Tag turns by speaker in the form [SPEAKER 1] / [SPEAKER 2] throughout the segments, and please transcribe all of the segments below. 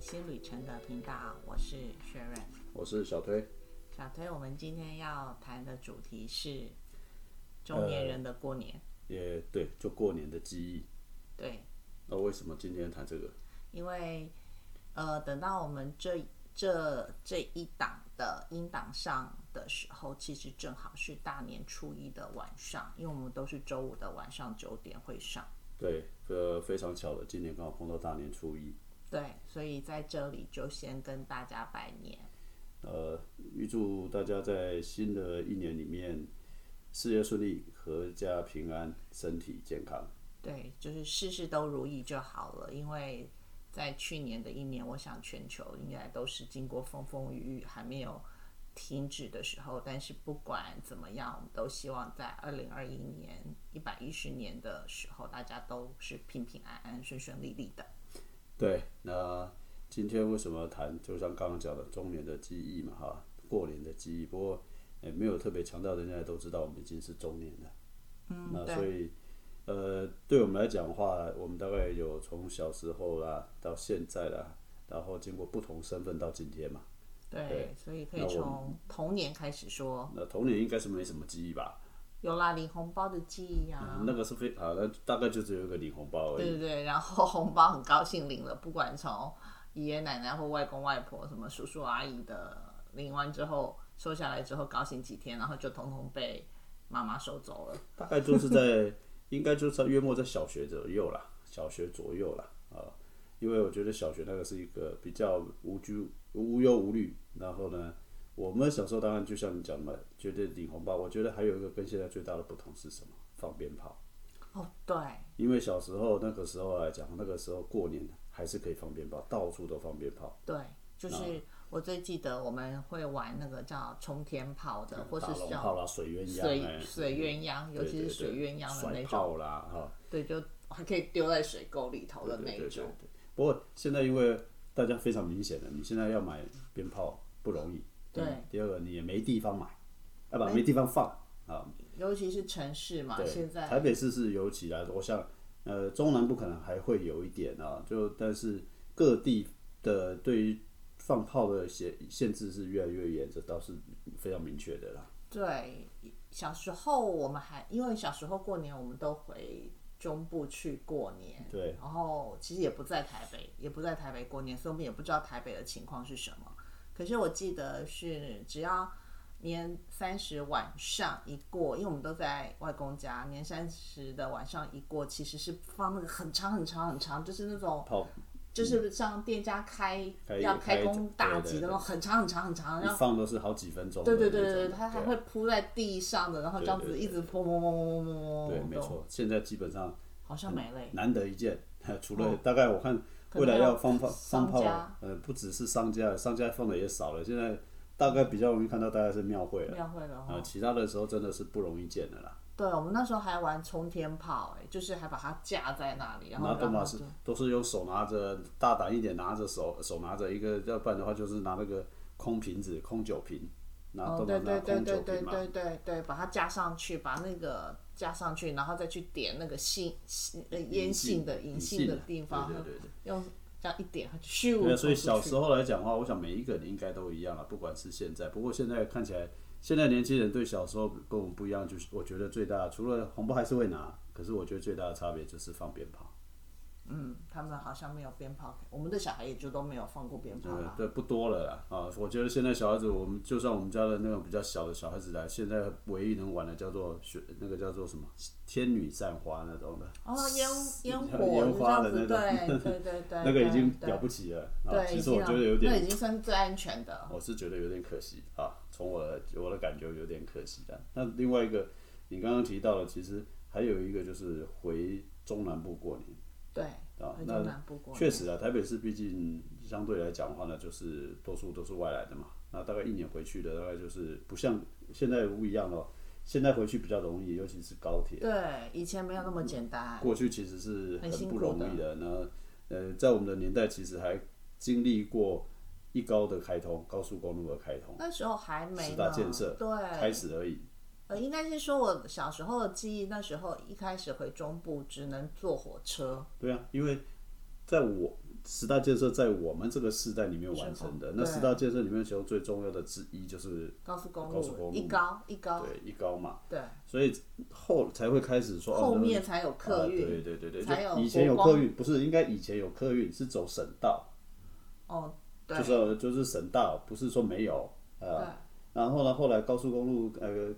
[SPEAKER 1] 新旅程的频道，我是薛润。
[SPEAKER 2] 我是小推。
[SPEAKER 1] 小推，我们今天要谈的主题是中年人的过年。
[SPEAKER 2] 也对，就过年的记忆。
[SPEAKER 1] 对，
[SPEAKER 2] 那为什么今天谈这个？
[SPEAKER 1] 因为呃，等到我们这这这一档的音档上的时候，其实正好是大年初一的晚上，因为我们都是周五的晚上九点会上。
[SPEAKER 2] 对，呃，非常巧的，今年刚好碰到大年初一。
[SPEAKER 1] 对，所以在这里就先跟大家拜年。
[SPEAKER 2] 呃，预祝大家在新的一年里面事业顺利、阖家平安、身体健康。
[SPEAKER 1] 对，就是事事都如意就好了。因为在去年的一年，我想全球应该都是经过风风雨雨，还没有停止的时候。但是不管怎么样，我们都希望在二零二一年一百一十年的时候，大家都是平平安安、顺顺利利的。
[SPEAKER 2] 对，那今天为什么谈？就像刚刚讲的，中年的记忆嘛，哈，过年的记忆。不过，也没有特别强调，人家也都知道我们已经是中年了。嗯，那所以，呃，对我们来讲的话，我们大概有从小时候啦到现在啦，然后经过不同身份到今天嘛。
[SPEAKER 1] 对，
[SPEAKER 2] 对
[SPEAKER 1] 所以可以
[SPEAKER 2] 那我们
[SPEAKER 1] 从童年开始说，
[SPEAKER 2] 那童年应该是没什么记忆吧？
[SPEAKER 1] 有啦，领红包的记忆啊。
[SPEAKER 2] 那个是非啊，那大概就只有一个领红包而已。
[SPEAKER 1] 对对对，然后红包很高兴领了，不管从爷爷奶奶或外公外婆、什么叔叔阿姨的，领完之后收下来之后高兴几天，然后就统统被妈妈收走了。
[SPEAKER 2] 大概就是在应该就是在约莫在小学左右啦，小学左右啦啊、因为我觉得小学那个是一个比较无拘无忧无虑，然后呢，我们小时候当然就像你讲的嘛，觉得领红包，我觉得还有一个跟现在最大的不同是什么？放鞭炮，
[SPEAKER 1] 哦，对
[SPEAKER 2] 因为小时候那个时候来讲，那个时候过年还是可以放鞭炮，到处都放鞭炮，
[SPEAKER 1] 对，就是我最记得我们会玩那个叫冲天炮的，或是
[SPEAKER 2] 嗯打龙炮
[SPEAKER 1] 叫
[SPEAKER 2] 啦、水鸳鸯、哎
[SPEAKER 1] 水水鸳鸯，
[SPEAKER 2] 对
[SPEAKER 1] 尤其
[SPEAKER 2] 对
[SPEAKER 1] 是
[SPEAKER 2] 对
[SPEAKER 1] 水鸳鸯的
[SPEAKER 2] 甩
[SPEAKER 1] 那种，
[SPEAKER 2] 炮啦，哈、
[SPEAKER 1] 对，就还可以丢在水沟里头的那
[SPEAKER 2] 对对
[SPEAKER 1] 一
[SPEAKER 2] 对
[SPEAKER 1] 种。
[SPEAKER 2] 对。不过现在因为大家非常明显的，你现在要买鞭炮不容易。
[SPEAKER 1] 对
[SPEAKER 2] 第一第二个你也没地方买，啊不，没地方放啊。
[SPEAKER 1] 尤其是城市嘛，
[SPEAKER 2] 对，
[SPEAKER 1] 啊现在
[SPEAKER 2] 台北市是尤其来，我想呃中南部可能还会有一点啊，就但是各地的对于放炮的限限制是越来越严，这倒是非常明确的啦。
[SPEAKER 1] 对，小时候我们还因为小时候过年我们都回中部去过年，
[SPEAKER 2] 对，
[SPEAKER 1] 然后其实也不在台北，也不在台北过年，所以我们也不知道台北的情况是什么。可是我记得是只要年三十晚上一过，因为我们都在外公家，年三十的晚上一过，其实是放那个很长很长很长，就是那种
[SPEAKER 2] 炮
[SPEAKER 1] 就是像店家开
[SPEAKER 2] 开
[SPEAKER 1] 要
[SPEAKER 2] 开
[SPEAKER 1] 工大
[SPEAKER 2] 对
[SPEAKER 1] 吉
[SPEAKER 2] 对
[SPEAKER 1] 的那种很长很长很长，
[SPEAKER 2] 一
[SPEAKER 1] 然后。
[SPEAKER 2] 放都是好几分钟的
[SPEAKER 1] 对
[SPEAKER 2] 那种。
[SPEAKER 1] 对对对，它还
[SPEAKER 2] 啊
[SPEAKER 1] 会铺在地上的，然后这样子一直泼泼泼泼泼
[SPEAKER 2] 对，
[SPEAKER 1] 泼
[SPEAKER 2] 没
[SPEAKER 1] 泼，
[SPEAKER 2] 错，现在基本上
[SPEAKER 1] 好像没了耶。
[SPEAKER 2] 难得一见。 除
[SPEAKER 1] 哦
[SPEAKER 2] 了大概我看未来要放炮放
[SPEAKER 1] 商家
[SPEAKER 2] 炮，呃，不只是商家，商家放的也少了。现在大概比较容易看到大概是庙会了，
[SPEAKER 1] 庙会了
[SPEAKER 2] 啊，
[SPEAKER 1] 哦。
[SPEAKER 2] 其他的时候真的是不容易见的啦。
[SPEAKER 1] 对，啊我们那时候还玩冲天炮，哎，就是还把它架在那里，然后
[SPEAKER 2] 然后都
[SPEAKER 1] 让它
[SPEAKER 2] 嘛是都是用手拿着，大胆一点拿着手手拿着一个，要不然的话就是拿那个空瓶子空酒瓶，拿
[SPEAKER 1] 哦
[SPEAKER 2] 都，
[SPEAKER 1] 对
[SPEAKER 2] 拿
[SPEAKER 1] 对
[SPEAKER 2] 拿
[SPEAKER 1] 对
[SPEAKER 2] 空
[SPEAKER 1] 对
[SPEAKER 2] 酒
[SPEAKER 1] 对
[SPEAKER 2] 瓶嘛。
[SPEAKER 1] 对对对，把它架上去，把那个架上去，然后再去点那个性性呃烟性的
[SPEAKER 2] 隐
[SPEAKER 1] 隐性的地方，嗯
[SPEAKER 2] 对对对对。
[SPEAKER 1] 用这样一点，它就咻
[SPEAKER 2] 对
[SPEAKER 1] 冲
[SPEAKER 2] 啊，所以
[SPEAKER 1] 出
[SPEAKER 2] 小
[SPEAKER 1] 去
[SPEAKER 2] 时候来讲的话，我想每一个人应该都一样啊了，不管是现在。不过现在看起来，现在年轻人对小时候跟我们不一样，就是我觉得最大除了红包还是会拿，可是我觉得最大的差别就是放鞭炮，
[SPEAKER 1] 嗯，他们好像没有鞭炮，我们的小孩也就都没有放过鞭炮
[SPEAKER 2] 对
[SPEAKER 1] 了。
[SPEAKER 2] 对，不多了啦啊！我觉得现在小孩子，我们就算我们家的那种比较小的小孩子来，现在唯一能玩的叫做学那个叫做什么天女散花那种的，
[SPEAKER 1] 哦， 烟烟火
[SPEAKER 2] 烟花的
[SPEAKER 1] 就这样子
[SPEAKER 2] 那种
[SPEAKER 1] 对对 对对，
[SPEAKER 2] 那个已经
[SPEAKER 1] 对
[SPEAKER 2] 了不起了啊！
[SPEAKER 1] 对，
[SPEAKER 2] 其实
[SPEAKER 1] 已
[SPEAKER 2] 我
[SPEAKER 1] 经
[SPEAKER 2] 觉得
[SPEAKER 1] 了
[SPEAKER 2] 有点
[SPEAKER 1] 那已经算最安全的。
[SPEAKER 2] 我是觉得有点可惜啊，从我的我的感觉有点可惜的。那另外一个，你刚刚提到了，其实还有一个就是回中南部过年
[SPEAKER 1] 对，
[SPEAKER 2] 啊
[SPEAKER 1] 回，中
[SPEAKER 2] 那
[SPEAKER 1] 南部过年
[SPEAKER 2] 确实啊，台北市毕竟相对来讲的话呢，就是多数都是外来的嘛，那大概一年回去的大概就是不像现在不一样了，现在回去比较容易，尤其是高铁，
[SPEAKER 1] 对，以前没有那么简单。
[SPEAKER 2] 过去其实是
[SPEAKER 1] 很辛
[SPEAKER 2] 不
[SPEAKER 1] 苦
[SPEAKER 2] 容易的。那呃，在我们的年代，其实还经历过一高的开通，高速公路的开通。
[SPEAKER 1] 那时候还没
[SPEAKER 2] 十
[SPEAKER 1] 呢
[SPEAKER 2] 大建设开
[SPEAKER 1] 对，
[SPEAKER 2] 始而已。
[SPEAKER 1] 呃，应该是说我小时候的记忆，那时候一开始回中部只能坐火车，
[SPEAKER 2] 对啊，因为在我十大建设在我们这个时代里面完成的。那
[SPEAKER 1] 哦对
[SPEAKER 2] 十大建设里面，其中最重要的之一就是
[SPEAKER 1] 高速公路，
[SPEAKER 2] 高速公路
[SPEAKER 1] 一高一高，
[SPEAKER 2] 对一高嘛，
[SPEAKER 1] 对，
[SPEAKER 2] 所以后才会开始说
[SPEAKER 1] 后
[SPEAKER 2] 哦，那
[SPEAKER 1] 面才有客
[SPEAKER 2] 啊、对
[SPEAKER 1] 运。
[SPEAKER 2] 对对对，
[SPEAKER 1] 才有
[SPEAKER 2] 就以前有
[SPEAKER 1] 国光
[SPEAKER 2] 客运，不是应该以前有客运是走省道，
[SPEAKER 1] 哦，对
[SPEAKER 2] 就，是就是省道，不是说没有
[SPEAKER 1] 对
[SPEAKER 2] 呃。然后呢，后来高速公路呃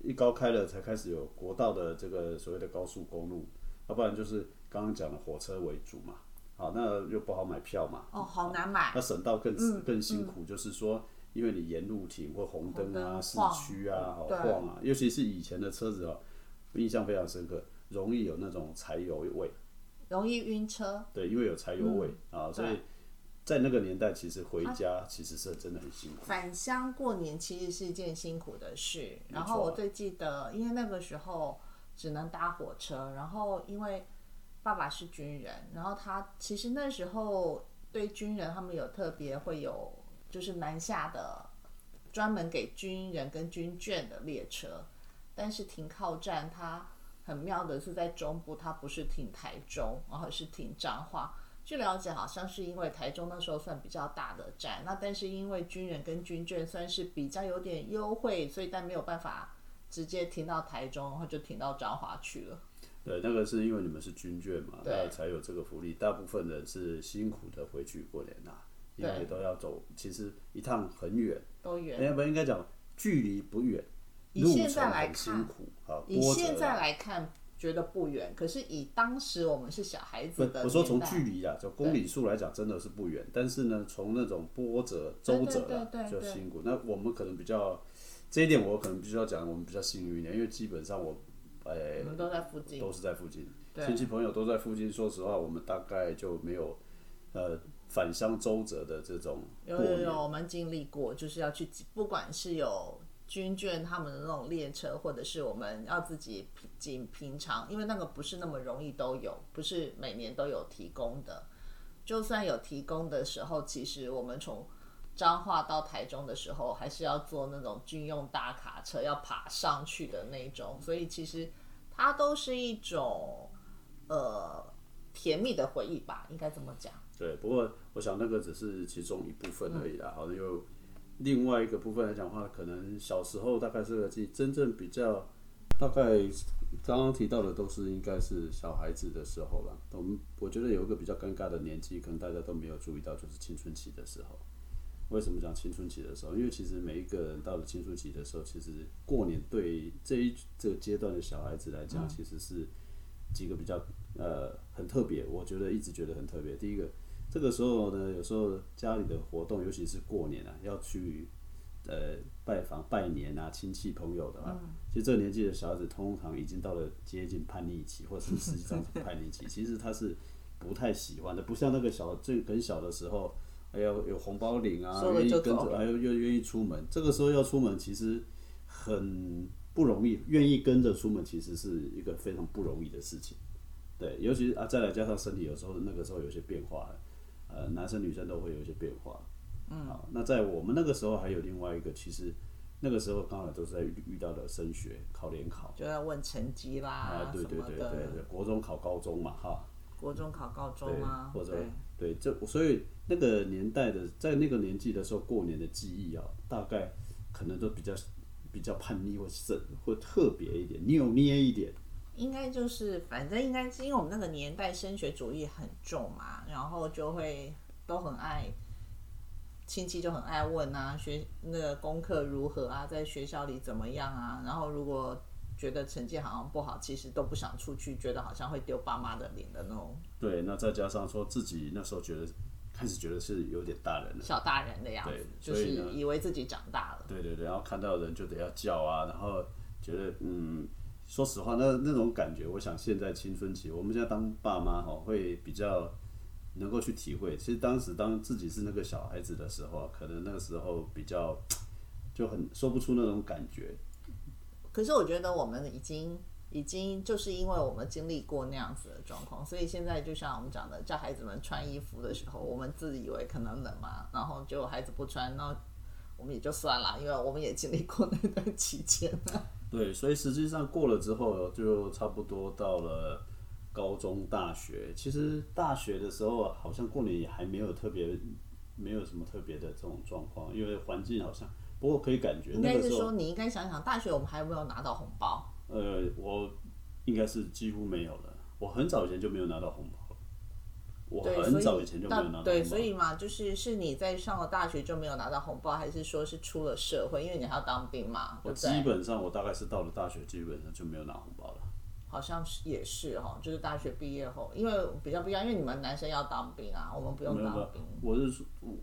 [SPEAKER 2] 一高开了，才开始有国道的这个所谓的高速公路，要不然就是刚刚讲的火车为主嘛。好，那又不好买票嘛。
[SPEAKER 1] 哦，好难买，
[SPEAKER 2] 那省道更、
[SPEAKER 1] 嗯
[SPEAKER 2] 更辛苦，就是说，因为你沿路停或红
[SPEAKER 1] 红
[SPEAKER 2] 灯啊、
[SPEAKER 1] 灯
[SPEAKER 2] 市
[SPEAKER 1] 晃
[SPEAKER 2] 区啊、好
[SPEAKER 1] 对
[SPEAKER 2] 晃啊，尤其是以前的车子哦，印象非常深刻，容易有那种柴油味。
[SPEAKER 1] 容易晕车。
[SPEAKER 2] 对，因为有柴油味、
[SPEAKER 1] 嗯
[SPEAKER 2] 啊，所以在那个年代，其实回
[SPEAKER 1] 啊
[SPEAKER 2] 家其实是真的很辛苦。
[SPEAKER 1] 返乡过年其实是一件辛苦的事。
[SPEAKER 2] 没错
[SPEAKER 1] 然后我最记得，因为那个时候只能搭火车，然后因为爸爸是军人，然后他其实那时候对军人他们有特别会有就是南下的专门给军人跟军眷的列车，但是停靠站它很妙的是在中部，它不是停台中，然后是停彰化。据了解，好像是因为台中那时候算比较大的站，那但是因为军人跟军眷算是比较有点优惠，所以但没有办法直接停到台中，然后就停到彰化去了。
[SPEAKER 2] 对，那个是因为你们是军眷嘛，
[SPEAKER 1] 对
[SPEAKER 2] 那才有这个福利。大部分人是辛苦的回去过年呐、因为
[SPEAKER 1] 对
[SPEAKER 2] 都要走，其实一趟很远，
[SPEAKER 1] 都远。
[SPEAKER 2] 哎，不应该讲距离不远，
[SPEAKER 1] 以
[SPEAKER 2] 路
[SPEAKER 1] 现
[SPEAKER 2] 程
[SPEAKER 1] 在来
[SPEAKER 2] 很
[SPEAKER 1] 看
[SPEAKER 2] 辛苦，好，
[SPEAKER 1] 以
[SPEAKER 2] 波折
[SPEAKER 1] 现
[SPEAKER 2] 啊
[SPEAKER 1] 在来看，觉得不远，可是以当时我们是小孩子
[SPEAKER 2] 不，
[SPEAKER 1] 的
[SPEAKER 2] 我说
[SPEAKER 1] 年
[SPEAKER 2] 从
[SPEAKER 1] 代
[SPEAKER 2] 距离啊，就公里数来讲，真的是不远。但是呢，从那种波折、周折啊
[SPEAKER 1] 对对，
[SPEAKER 2] 就
[SPEAKER 1] 对
[SPEAKER 2] 辛苦。那我们可能比较这一点，我可能必须要讲，我们比较幸运一点，因为基本上我，呃
[SPEAKER 1] 我，们都在附近，
[SPEAKER 2] 都是在附近，
[SPEAKER 1] 嗯对
[SPEAKER 2] 亲戚朋友都在附近。说实话，我们大概就没有，呃，返乡周折的这种过
[SPEAKER 1] 有有
[SPEAKER 2] 年。
[SPEAKER 1] 有，我们经历过，就是要去，不管是有军眷他们的那种列车，或者是我们要自己平仅平常，因为那个不是那么容易都有，不是每年都有提供的。就算有提供的时候，其实我们从彰化到台中的时候，还是要坐那种军用大卡车，要爬上去的那种。所以其实它都是一种呃甜蜜的回忆吧，应该这么讲。
[SPEAKER 2] 对，不过我想那个只是其中一部分而已啦，好像有另外一个部分来讲的话，可能小时候大概是个记，真正比较大概刚刚提到的都是应该是小孩子的时候啦。我们我觉得有一个比较尴尬的年纪，可能大家都没有注意到，就是青春期的时候。为什么讲青春期的时候？因为其实每一个人到了青春期的时候，其实过年对这一这个阶段的小孩子来讲，其实是几个比较呃很特别，我觉得一直觉得很特别。第一个，这个时候呢，有时候家里的活动，尤其是过年啊，要去呃拜访拜年啊，亲戚朋友的啊，
[SPEAKER 1] 嗯
[SPEAKER 2] 其实这个年纪的小孩子，通常已经到了接近叛逆期，或是实际上是叛 逆期，其实他是不太喜欢的，不像那个小最很小的时候。哎呀，有红包领啊，
[SPEAKER 1] 说了
[SPEAKER 2] 愿意
[SPEAKER 1] 就
[SPEAKER 2] 跟着
[SPEAKER 1] 走，
[SPEAKER 2] 还有又愿意出门。这个时候要出门，其实很不容易，愿意跟着出门，其实是一个非常不容易的事情。对，尤其是啊，再来加上身体有时候那个时候有些变化，呃，男生女生都会有一些变化。嗯，好，那在我们那个时候还有另外一个，其实那个时候刚好都是在遇遇到了升学、考联考
[SPEAKER 1] 就要问成绩啦，
[SPEAKER 2] 啊，对对对
[SPEAKER 1] 什
[SPEAKER 2] 对
[SPEAKER 1] 么的，
[SPEAKER 2] 对，国中考高中嘛，哈，
[SPEAKER 1] 国中考高中啊，
[SPEAKER 2] 对或者
[SPEAKER 1] 对
[SPEAKER 2] 对，这所以那个年代的，在那个年纪的时候，过年的记忆啊，大概可能都比较比较叛逆或是或特别一点，扭捏一点。
[SPEAKER 1] 应该就是反正应该是因为我们那个年代升学主义很重嘛，然后就会都很爱。亲戚就很爱问啊，学那个功课如何啊，在学校里怎么样啊？然后如果觉得成绩好像不好，其实都不想出去，觉得好像会丢爸妈的脸的那种
[SPEAKER 2] 对，那再加上说自己那时候觉得开始觉得是有点大人了，
[SPEAKER 1] 小大人的样子
[SPEAKER 2] 对，
[SPEAKER 1] 就
[SPEAKER 2] 所
[SPEAKER 1] 是
[SPEAKER 2] 以呢
[SPEAKER 1] 以为自己长大了。
[SPEAKER 2] 对对对，然后看到人就得要叫啊，然后觉得嗯，说实话，那那种感觉，我想现在青春期，我们现在当爸妈哈、会比较能够去体会。其实当时当自己是那个小孩子的时候啊，可能那个时候比较就很说不出那种感觉。
[SPEAKER 1] 可是我觉得我们已经已经就是因为我们经历过那样子的状况，所以现在就像我们讲的，叫孩子们穿衣服的时候，我们自以为可能冷嘛，然后就孩子不穿，那我们也就算了，因为我们也经历过那段期间。
[SPEAKER 2] 对，所以实际上过了之后，就差不多到了高中、大学，其实大学的时候好像过年也还没有特别，没有什么特别的这种状况，因为环境好像，不过可以感觉
[SPEAKER 1] 应
[SPEAKER 2] 那
[SPEAKER 1] 该
[SPEAKER 2] 个
[SPEAKER 1] 是
[SPEAKER 2] 时候
[SPEAKER 1] 说，你应该想想，大学我们还有没有拿到红包？
[SPEAKER 2] 呃，我应该是几乎没有了。我很早以前就没有拿到红包了，我
[SPEAKER 1] 对，
[SPEAKER 2] 很
[SPEAKER 1] 所
[SPEAKER 2] 早以前就没
[SPEAKER 1] 到
[SPEAKER 2] 有拿到红包。
[SPEAKER 1] 对，所以嘛，就是是你在上了大学就没有拿到红包，还是说是出了社会，因为你还要当兵嘛，
[SPEAKER 2] 我
[SPEAKER 1] 对不对？
[SPEAKER 2] 基本上我大概是到了大学，基本上就没有拿红包了。
[SPEAKER 1] 好像是也是哈、哦，就是大学毕业后，因为比较不一样，因为你们男生要当兵啊，我们不用
[SPEAKER 2] 嗯没有没有
[SPEAKER 1] 当兵。
[SPEAKER 2] 我是说我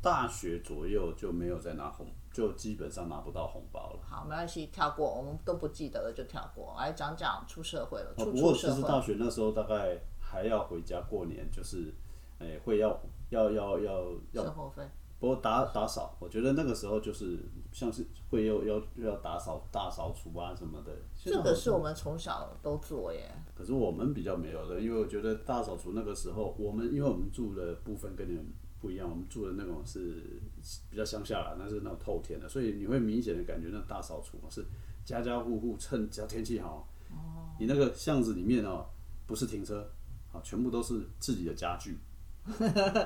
[SPEAKER 2] 大学左右就没有再拿红，就基本上拿不到红包了。
[SPEAKER 1] 好，没关系，跳过，我们都不记得了就跳过。来讲讲出社会了，
[SPEAKER 2] 哦
[SPEAKER 1] 出
[SPEAKER 2] 不过
[SPEAKER 1] 出
[SPEAKER 2] 其
[SPEAKER 1] 社
[SPEAKER 2] 实
[SPEAKER 1] 会
[SPEAKER 2] 大学那时候大概还要回家过年，就是，哎、会要要要要要，
[SPEAKER 1] 生活费。
[SPEAKER 2] 不过打打扫，我觉得那个时候就是像是会要要要打扫大扫除啊什么的。现在
[SPEAKER 1] 这个是我们从小都做耶，
[SPEAKER 2] 可是我们比较没有的，因为我觉得大扫除那个时候，我们因为我们住的部分跟你们不一样，我们住的那种是比较乡下啦，那是那种透天的，所以你会明显的感觉那大扫除是家家户户趁只要天气好，你那个巷子里面哦，不是停车，啊，全部都是自己的家具，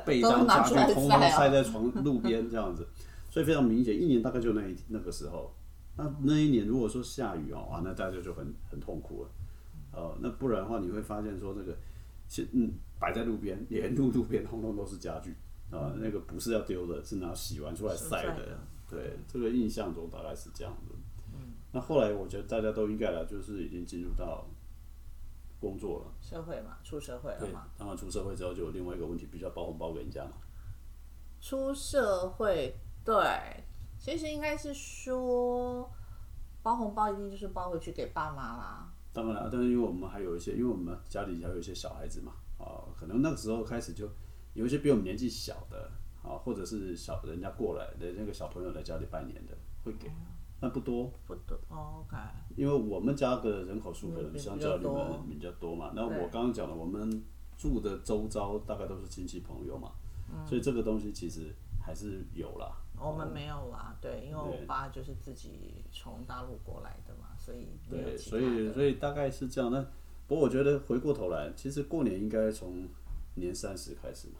[SPEAKER 2] 被
[SPEAKER 1] 都
[SPEAKER 2] 单
[SPEAKER 1] 拿
[SPEAKER 2] 家
[SPEAKER 1] 出来
[SPEAKER 2] 具通通
[SPEAKER 1] 晒哦
[SPEAKER 2] 晒在床路边这样子，所以非常明显，一年大概就那一那个时候。那那一年如果说下雨哦，啊，那大家就很很痛苦了。哦，那不然的话，你会发现说这个，现嗯摆在路边，连路路边通通都是家具啊、那个不是要丢的，是拿洗完出来晒
[SPEAKER 1] 是晒的嗯
[SPEAKER 2] 的。对，这个印象中大概是这样的。那后来我觉得大家都应该了，就是已经进入到工作了，
[SPEAKER 1] 社会嘛，出社会了
[SPEAKER 2] 对
[SPEAKER 1] 嘛。，
[SPEAKER 2] 当然出社会之后就有另外一个问题，必须要包红包给人家嘛。
[SPEAKER 1] 出社会，对，其实应该是说，包红包一定就是包回去给爸妈啦。
[SPEAKER 2] 当然了，但是因为我们还有一些，因为我们家里还有一些小孩子嘛，啊、可能那个时候开始就有一些比我们年纪小的啊、或者是小人家过来的那个小朋友来家里拜年的，会给，但不多，
[SPEAKER 1] 不懂、哦、，OK，
[SPEAKER 2] 因为我们家的人口数可能
[SPEAKER 1] 嗯
[SPEAKER 2] 相
[SPEAKER 1] 比
[SPEAKER 2] 较
[SPEAKER 1] 较
[SPEAKER 2] 你们
[SPEAKER 1] 多
[SPEAKER 2] 比较多嘛。那
[SPEAKER 1] 嗯对
[SPEAKER 2] 我刚刚讲了，我们住的周遭大概都是亲戚朋友嘛，
[SPEAKER 1] 嗯
[SPEAKER 2] 所以这个东西其实还是有啦。
[SPEAKER 1] 哦我
[SPEAKER 2] 嗯
[SPEAKER 1] 们没有啦，对，因为我爸就是自己从大陆过来的嘛，所以没有
[SPEAKER 2] 对，
[SPEAKER 1] 其
[SPEAKER 2] 所
[SPEAKER 1] 他
[SPEAKER 2] 以
[SPEAKER 1] 的。
[SPEAKER 2] 所以大概是这样。那不过我觉得回过头来，其实过年应该从年三十开始嘛。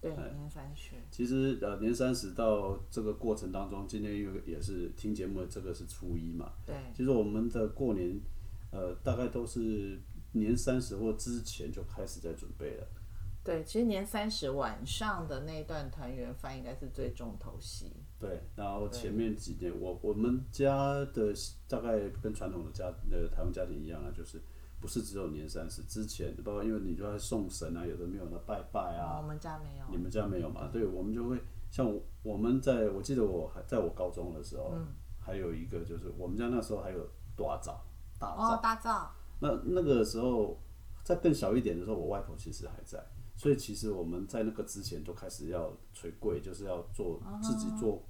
[SPEAKER 1] 对，
[SPEAKER 2] 哎
[SPEAKER 1] 年三十，
[SPEAKER 2] 其实呃，年三十到这个过程当中，今天又也是听节目的这个是初一嘛。
[SPEAKER 1] 对，
[SPEAKER 2] 其实我们的过年，呃，大概都是年三十或之前就开始在准备了。
[SPEAKER 1] 对，其实年三十晚上的那一段团圆饭应该是最重头戏。
[SPEAKER 2] 对，然后前面几年，我我们家的大概跟传统的家呃台湾家庭一样啊，就是不是只有年三十之前，包括因为你就要送神啊，有的没有的拜拜啊，
[SPEAKER 1] 哦我们家没有。
[SPEAKER 2] 你们家没有嘛？对，我们就会像我我们在我记得我还在我高中的时候，
[SPEAKER 1] 嗯
[SPEAKER 2] 还有一个就是我们家那时候还有大灶大灶，
[SPEAKER 1] 哦，大灶，
[SPEAKER 2] 那那个时候在更小一点的时候，我外婆其实还在，所以其实我们在那个之前就开始要捶柜，就是要做
[SPEAKER 1] 哦
[SPEAKER 2] 自己做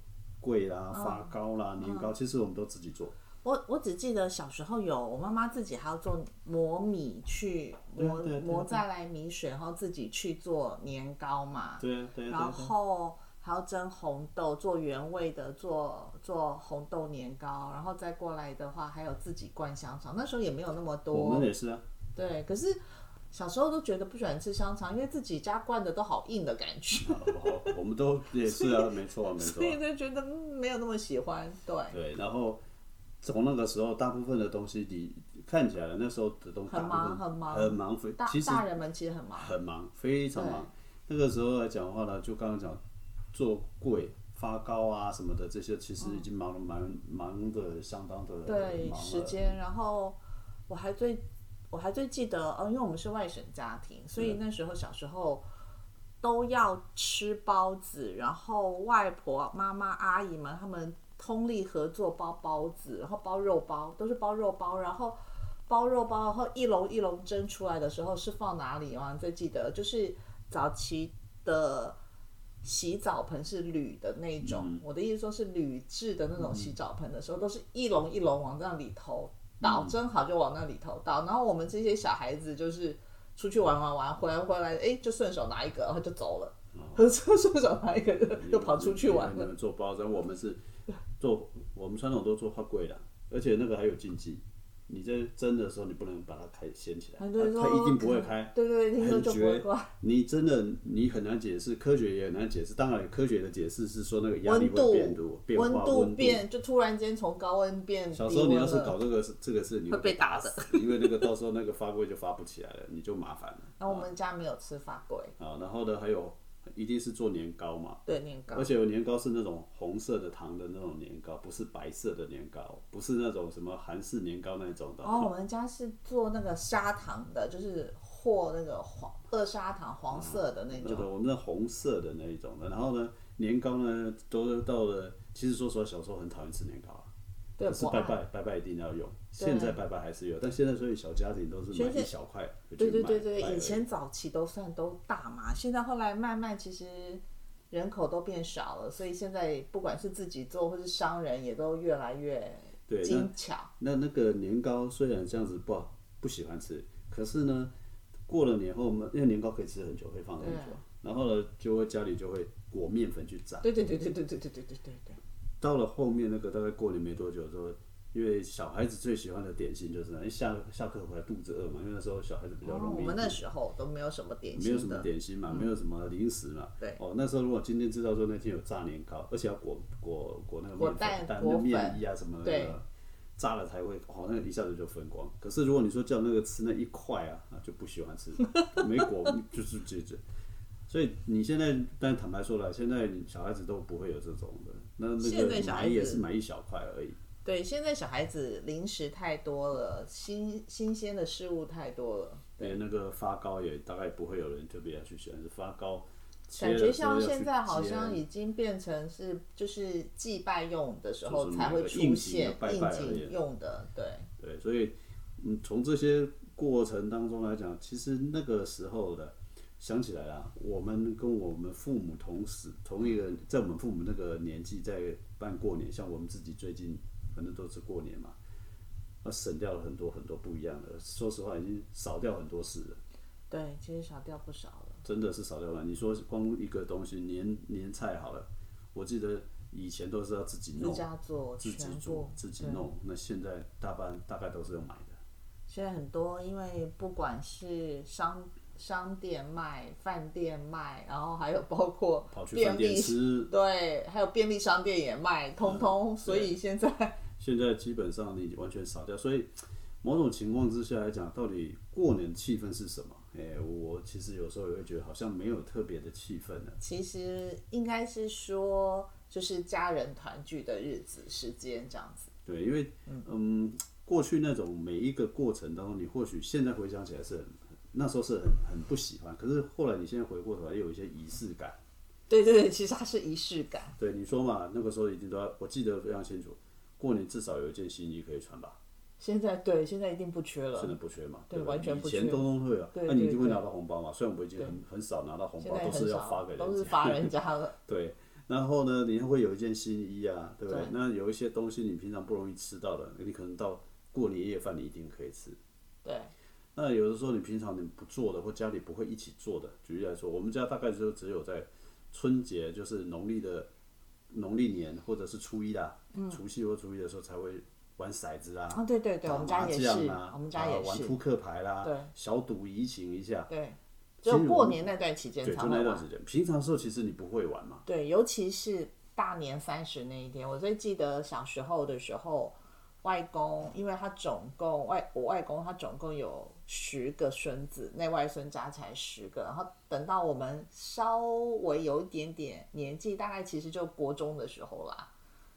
[SPEAKER 2] 柜啦、
[SPEAKER 1] 嗯
[SPEAKER 2] 发糕啦、年糕，其实我们都自己做。
[SPEAKER 1] 我我只记得小时候有我妈妈自己还要做磨米去
[SPEAKER 2] 对啊
[SPEAKER 1] 磨
[SPEAKER 2] 对啊对啊
[SPEAKER 1] 磨再来米水，然后自己去做年糕嘛，
[SPEAKER 2] 对啊，对啊，对
[SPEAKER 1] 然
[SPEAKER 2] 啊。对啊
[SPEAKER 1] 后还要蒸红豆，做原味的，做做红豆年糕，然后再过来的话还有自己灌香肠，那时候也没有那么
[SPEAKER 2] 我
[SPEAKER 1] 多
[SPEAKER 2] 们，也是啊，
[SPEAKER 1] 对，可是。小时候都觉得不喜欢吃香肠，因为自己家灌的都好硬的感 觉，
[SPEAKER 2] 好不好？我们都也是啊，没错啊，没错
[SPEAKER 1] 所
[SPEAKER 2] 啊。
[SPEAKER 1] 以就觉得、嗯、没有那么喜欢。对，
[SPEAKER 2] 对，然后从那个时候，大部分的东西你看起来，那时候的东西
[SPEAKER 1] 很忙
[SPEAKER 2] 大部分
[SPEAKER 1] 很忙
[SPEAKER 2] 很忙，非
[SPEAKER 1] 大
[SPEAKER 2] 其实
[SPEAKER 1] 大人们其实很忙，
[SPEAKER 2] 很忙，非常忙。那个时候来讲的话呢，就刚刚讲做柜、发糕啊什么的，这些其实已经忙了蛮忙的，相当的
[SPEAKER 1] 嗯对
[SPEAKER 2] 忙
[SPEAKER 1] 时
[SPEAKER 2] 了。
[SPEAKER 1] 间，然后我还最我还最记得，哦，因为我们是外省家庭，所以那时候小时候都要吃包子，然后外婆、妈妈、阿姨们他们通力合作包包子，然后包肉包，都是包肉包，然后包肉包，然后一笼一笼蒸出来的时候是放哪里啊？最记得就是早期的。洗澡盆是铝的那种，我的意思说是铝制的那种洗澡盆的时候，都是一笼一笼往那里头倒，蒸好就往那里头倒。然后我们这些小孩子就是出去玩玩玩，回来回来，哎，就顺手拿一个，然后就走了，就顺手拿一个就就跑出去玩
[SPEAKER 2] 你
[SPEAKER 1] 了。
[SPEAKER 2] 们做 包子，我们是做我们传统都做花柜的，而且那个还有禁忌，你在蒸的时候，你不能把它开掀起来，它
[SPEAKER 1] 很多人说哦
[SPEAKER 2] 它一定不会开。
[SPEAKER 1] 对对，听说
[SPEAKER 2] 很
[SPEAKER 1] 就不会
[SPEAKER 2] 绝
[SPEAKER 1] 挂。，
[SPEAKER 2] 你真的你很难解释，科学也很难解释。当然，科学的解释是说那个压力
[SPEAKER 1] 温
[SPEAKER 2] 会
[SPEAKER 1] 度
[SPEAKER 2] 变度、变化、
[SPEAKER 1] 度
[SPEAKER 2] 温度。
[SPEAKER 1] 变，就突然间从高温变低
[SPEAKER 2] 小
[SPEAKER 1] 温
[SPEAKER 2] 时候你要是
[SPEAKER 1] 了
[SPEAKER 2] 搞这个这个事，你
[SPEAKER 1] 会被打
[SPEAKER 2] 打死，因为那个到时候那个发规就发不起来了，你就麻烦了。
[SPEAKER 1] 然后我们家没有吃法规，
[SPEAKER 2] 啊，然后呢，还有一定是做年糕嘛，
[SPEAKER 1] 对年糕
[SPEAKER 2] 而，且有年糕是那种红色的糖的那种年糕，不是白色的年糕，不是那种什么韩式年糕那种的。
[SPEAKER 1] 然后我们家是做那个砂糖的，就是和那个黄二砂糖黄色的那
[SPEAKER 2] 嗯那
[SPEAKER 1] 种，
[SPEAKER 2] 种我们那红色的那一种的，然后呢，年糕呢，都到了。其实说实话，小时候很讨厌吃年糕啊，
[SPEAKER 1] 对，
[SPEAKER 2] 可是
[SPEAKER 1] 不
[SPEAKER 2] 拜
[SPEAKER 1] 爱。
[SPEAKER 2] 拜拜拜一定要用。现在拜拜还是有，但现在所以小家庭都是
[SPEAKER 1] 现
[SPEAKER 2] 买
[SPEAKER 1] 在
[SPEAKER 2] 一小块回去
[SPEAKER 1] 对
[SPEAKER 2] 买。
[SPEAKER 1] 对对对，
[SPEAKER 2] 拜而已
[SPEAKER 1] 以前早期都算都大嘛，现在后来慢慢其实人口都变少了，所以现在不管是自己做或是商人也都越来越
[SPEAKER 2] 对那
[SPEAKER 1] 精巧。
[SPEAKER 2] 那那个年糕虽然这样子不好不喜欢吃，可是呢，过了年后我们因为年糕可以吃很久，可以放很久，然后呢就会家里就会裹面粉去炸。
[SPEAKER 1] 对对对对对对对对对对对，
[SPEAKER 2] 到了后面那个大概过年没多久之后，因为小孩子最喜欢的点心就是那，因为下下课回来肚子饿嘛，因为那时候小孩子比较
[SPEAKER 1] 哦
[SPEAKER 2] 容易。
[SPEAKER 1] 我们那时候都没有什么点
[SPEAKER 2] 没有什
[SPEAKER 1] 心
[SPEAKER 2] 么
[SPEAKER 1] 的，
[SPEAKER 2] 点心嘛，没有什么零食嘛。
[SPEAKER 1] 对
[SPEAKER 2] 哦，那时候如果今天知道说那天有炸年糕，而且要裹裹裹那个
[SPEAKER 1] 裹
[SPEAKER 2] 面
[SPEAKER 1] 蛋
[SPEAKER 2] 粉、蛋
[SPEAKER 1] 裹
[SPEAKER 2] 那
[SPEAKER 1] 粉
[SPEAKER 2] 面衣啊什么
[SPEAKER 1] 对
[SPEAKER 2] 的，炸了才会，哦，那个一下子就分光。可是如果你说叫那个吃那一块啊，啊就不喜欢吃，没裹 就是这这。所以你现在，但坦白说了，现在小孩子都不会有这种的，那那
[SPEAKER 1] 现
[SPEAKER 2] 个
[SPEAKER 1] 在小孩
[SPEAKER 2] 买
[SPEAKER 1] 子
[SPEAKER 2] 也是买一小块而已。
[SPEAKER 1] 对，现在小孩子零食太多了，新新鲜的事物太多了，
[SPEAKER 2] 连那个发糕也大概不会有人特别要去选，是发糕切
[SPEAKER 1] 感
[SPEAKER 2] 了
[SPEAKER 1] 觉
[SPEAKER 2] 之
[SPEAKER 1] 像
[SPEAKER 2] 后要去啊
[SPEAKER 1] 现在好
[SPEAKER 2] 煎
[SPEAKER 1] 像已经变成是就是祭拜用的时候
[SPEAKER 2] 就是
[SPEAKER 1] 才会
[SPEAKER 2] 那个
[SPEAKER 1] 出
[SPEAKER 2] 应景的
[SPEAKER 1] 现
[SPEAKER 2] 拜
[SPEAKER 1] 应
[SPEAKER 2] 拜而
[SPEAKER 1] 景
[SPEAKER 2] 已
[SPEAKER 1] 用的，对，
[SPEAKER 2] 对，所以嗯，从这些过程当中来讲，其实那个时候的想起来啊，我们跟我们父母同时同一个，在我们父母那个年纪在办过年，像我们自己最近反正都是过年嘛，那省掉了很多很多不一样的，说实话已经少掉很多事了。
[SPEAKER 1] 对，其实少掉不少了。
[SPEAKER 2] 真的是少掉了。你说光一个东西年年菜好了，我记得以前都是要自己
[SPEAKER 1] 自
[SPEAKER 2] 弄、
[SPEAKER 1] 家做，
[SPEAKER 2] 自己
[SPEAKER 1] 全
[SPEAKER 2] 煮
[SPEAKER 1] 部、
[SPEAKER 2] 自己
[SPEAKER 1] 对
[SPEAKER 2] 弄，那现在大半大概都是用买的。
[SPEAKER 1] 现在很多，因为不管是商商店卖、饭店卖，然后还有包括
[SPEAKER 2] 跑去
[SPEAKER 1] 便
[SPEAKER 2] 饭店
[SPEAKER 1] 利，
[SPEAKER 2] 吃。
[SPEAKER 1] 对，还有便利商店也卖，通
[SPEAKER 2] 嗯
[SPEAKER 1] 通。所以现在
[SPEAKER 2] 现在基本上你完全少掉，所以某种情况之下来讲，到底过年气氛是什么？哎、我其实有时候也会觉得好像没有特别的气氛了。
[SPEAKER 1] 其实应该是说，就是家人团聚的日子时间这样子。
[SPEAKER 2] 对，因为嗯，过去那种每一个过程当中，你或许现在回想起来是很那时候是很很不喜欢，可是后来你现在回过头来，又有一些仪式感。
[SPEAKER 1] 对对对，其实它是仪式感。
[SPEAKER 2] 对，你说嘛，那个时候一定都要，我记得非常清楚，过年至少有一件新衣可以穿吧。
[SPEAKER 1] 现在对，现在一定不缺了
[SPEAKER 2] 现。在不缺嘛，
[SPEAKER 1] 对
[SPEAKER 2] 对吧，
[SPEAKER 1] 完全不
[SPEAKER 2] 以前
[SPEAKER 1] 缺
[SPEAKER 2] 东东会有，
[SPEAKER 1] 对
[SPEAKER 2] 那你
[SPEAKER 1] 对
[SPEAKER 2] 一定会
[SPEAKER 1] 对
[SPEAKER 2] 拿到红包嘛。虽然我已经很很少拿到红
[SPEAKER 1] 现
[SPEAKER 2] 包，
[SPEAKER 1] 在
[SPEAKER 2] 都
[SPEAKER 1] 很
[SPEAKER 2] 是要发
[SPEAKER 1] 少
[SPEAKER 2] 给，
[SPEAKER 1] 都是
[SPEAKER 2] 人家。
[SPEAKER 1] 发人家了。
[SPEAKER 2] 对，然后呢，你会有一件新衣啊，对不对
[SPEAKER 1] 对？
[SPEAKER 2] 那有一些东西你平常不容易吃到的，你可能到过年夜饭你一定可以吃。
[SPEAKER 1] 对，
[SPEAKER 2] 那有的时候你平常你不做的，或家里不会一起做的，举例来说，我们家大概就只有在春节，就是农历的农历年或者是初一啦，
[SPEAKER 1] 嗯
[SPEAKER 2] 除夕或初一的时候才会玩骰子啊，
[SPEAKER 1] 啊对对对，
[SPEAKER 2] 打
[SPEAKER 1] 我们家
[SPEAKER 2] 麻
[SPEAKER 1] 也
[SPEAKER 2] 将
[SPEAKER 1] 是，
[SPEAKER 2] 啊、
[SPEAKER 1] 我们家
[SPEAKER 2] 啊
[SPEAKER 1] 也
[SPEAKER 2] 玩
[SPEAKER 1] 是。
[SPEAKER 2] 扑克牌啦，
[SPEAKER 1] 对
[SPEAKER 2] 小赌怡情一下，
[SPEAKER 1] 对，
[SPEAKER 2] 其实
[SPEAKER 1] 就
[SPEAKER 2] 我
[SPEAKER 1] 过
[SPEAKER 2] 们
[SPEAKER 1] 年那段期间
[SPEAKER 2] 对，
[SPEAKER 1] 才
[SPEAKER 2] 就
[SPEAKER 1] 会
[SPEAKER 2] 那段
[SPEAKER 1] 玩。
[SPEAKER 2] 时间。平常的时候其实你不会玩 嘛，
[SPEAKER 1] 对，尤其是大年三十那一天，我最记得小时候的时候，外公因为他总共外我外公他总共有十个孙子，内外孙加起来十个，然后等到我们稍微有一点点年纪，大概其实就国中的时候啦，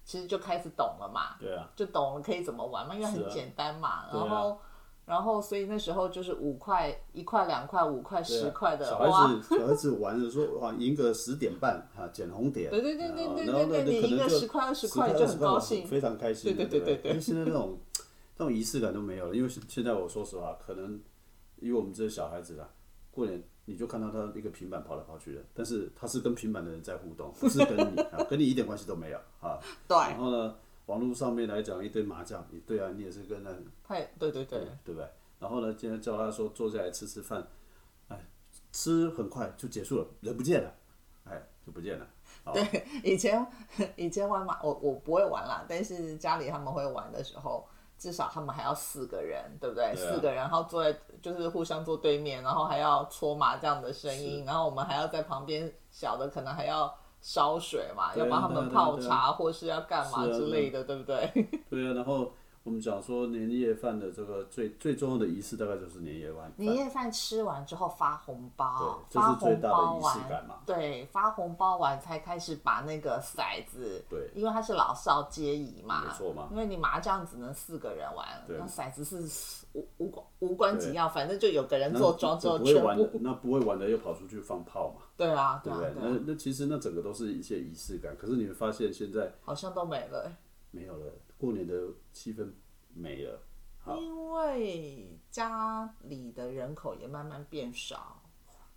[SPEAKER 1] 其实就开始懂了嘛。
[SPEAKER 2] 对啊，
[SPEAKER 1] 就懂了可以怎么玩嘛，因为
[SPEAKER 2] 是
[SPEAKER 1] 很
[SPEAKER 2] 啊
[SPEAKER 1] 简单嘛。
[SPEAKER 2] 对啊
[SPEAKER 1] 然后，然后所以那时候就是五块、一块、两块、五块、
[SPEAKER 2] 对啊
[SPEAKER 1] 十块的
[SPEAKER 2] 小
[SPEAKER 1] 哇
[SPEAKER 2] 孩， 子小孩子玩的说哇，赢个十点半哈，捡红点，
[SPEAKER 1] 对对对
[SPEAKER 2] 啊
[SPEAKER 1] 对对
[SPEAKER 2] 然后
[SPEAKER 1] 对对
[SPEAKER 2] 那那可
[SPEAKER 1] 你赢
[SPEAKER 2] 能
[SPEAKER 1] 个
[SPEAKER 2] 就
[SPEAKER 1] 10块20
[SPEAKER 2] 10
[SPEAKER 1] 块就很
[SPEAKER 2] 20
[SPEAKER 1] 高兴
[SPEAKER 2] 非常开心的，
[SPEAKER 1] 对对对
[SPEAKER 2] 对不
[SPEAKER 1] 对对
[SPEAKER 2] 因为现在那种那种仪式感都没有了，因为现现在我说实话，可能因为我们这些小孩子啦，过年。你就看到他一个平板跑来跑去的，但是他是跟平板的人在互动，不是跟你啊，跟你一点关系都没有啊。
[SPEAKER 1] 对，
[SPEAKER 2] 然后呢，网络上面来讲一堆麻将，你对啊，你也是跟那
[SPEAKER 1] 太对对对，
[SPEAKER 2] 对不对？然后呢，今天叫他说坐下来吃吃饭，哎，吃很快就结束了，人不见了，哎，就不见了。好，
[SPEAKER 1] 对， 以前以前玩麻，我我不会玩啦，但是家里他们会玩的时候，
[SPEAKER 3] 至少他们还要四个人，对不对？
[SPEAKER 2] 对啊
[SPEAKER 3] 四个人，然后坐在就是互相坐对面，然后还要搓麻将的声
[SPEAKER 2] 是
[SPEAKER 3] 音，然后我们还要在旁边小的可能还要烧水嘛，
[SPEAKER 2] 对
[SPEAKER 3] 要
[SPEAKER 2] 啊
[SPEAKER 3] 帮他们
[SPEAKER 2] 对啊
[SPEAKER 3] 泡
[SPEAKER 2] 对啊
[SPEAKER 3] 茶或是要干嘛
[SPEAKER 2] 是啊
[SPEAKER 3] 之类的，对不对？
[SPEAKER 2] 对啊，然后我们讲说年夜饭的这个最最重要的仪式，大概就是年夜饭。
[SPEAKER 3] 年夜饭吃完之后发红包，
[SPEAKER 2] 对这是
[SPEAKER 3] 发
[SPEAKER 2] 最
[SPEAKER 3] 红
[SPEAKER 2] 大的
[SPEAKER 3] 包
[SPEAKER 2] 仪式感
[SPEAKER 3] 完
[SPEAKER 2] 嘛，
[SPEAKER 3] 对，发红包完才开始把那个骰子，
[SPEAKER 2] 对
[SPEAKER 3] 因为它是老少皆宜嘛，
[SPEAKER 2] 没错嘛
[SPEAKER 3] 因为你麻将只能四个人玩，
[SPEAKER 2] 对
[SPEAKER 3] 那骰子是无无关无关紧
[SPEAKER 2] 对
[SPEAKER 3] 要，反正就有个人
[SPEAKER 2] 那
[SPEAKER 3] 做庄之后
[SPEAKER 2] 不会
[SPEAKER 3] 全
[SPEAKER 2] 玩的
[SPEAKER 3] 部，，
[SPEAKER 2] 那不会玩的又跑出去放炮嘛，
[SPEAKER 3] 对啊，对
[SPEAKER 2] 对
[SPEAKER 3] 啊
[SPEAKER 2] 不对，？
[SPEAKER 3] 对啊，
[SPEAKER 2] 那那其实那整个都是一些仪式感，可是你会发现现在
[SPEAKER 3] 好像都没了，
[SPEAKER 2] 没有了，过年的气氛没了。好，
[SPEAKER 1] 因为家里的人口也慢慢变少，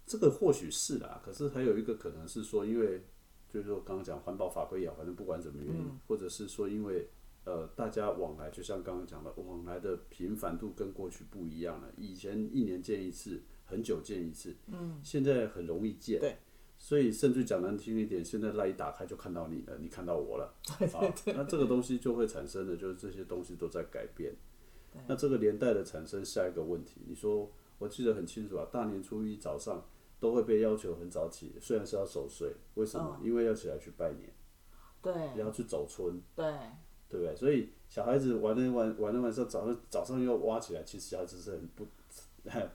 [SPEAKER 2] 这个或许是啦、可是还有一个可能是说，因为就是说刚刚讲环保法规也好，反正不管怎么原因，或者是说因为呃大家往来，就像刚刚讲的，往来的频繁度跟过去不一样了。以前一年见一次，很久见一次，嗯，现在很容易见，
[SPEAKER 1] 对。
[SPEAKER 2] 所以，甚至讲难听一点，现在赖一打开就看到你了，你看到我了，啊，那这个东西就会产生的，就是这些东西都在改变。那这个连带的产生下一个问题，你说我记得很清楚啊，大年初一早上都会被要求很早起，虽然是要守岁，为什么？因为要起来去拜年，
[SPEAKER 1] 嗯
[SPEAKER 3] 对
[SPEAKER 2] 要去走村，
[SPEAKER 3] 对，
[SPEAKER 2] 对不对？所以小孩子玩了玩玩了晚上，早上早上又要挖起来，其实小孩子是很不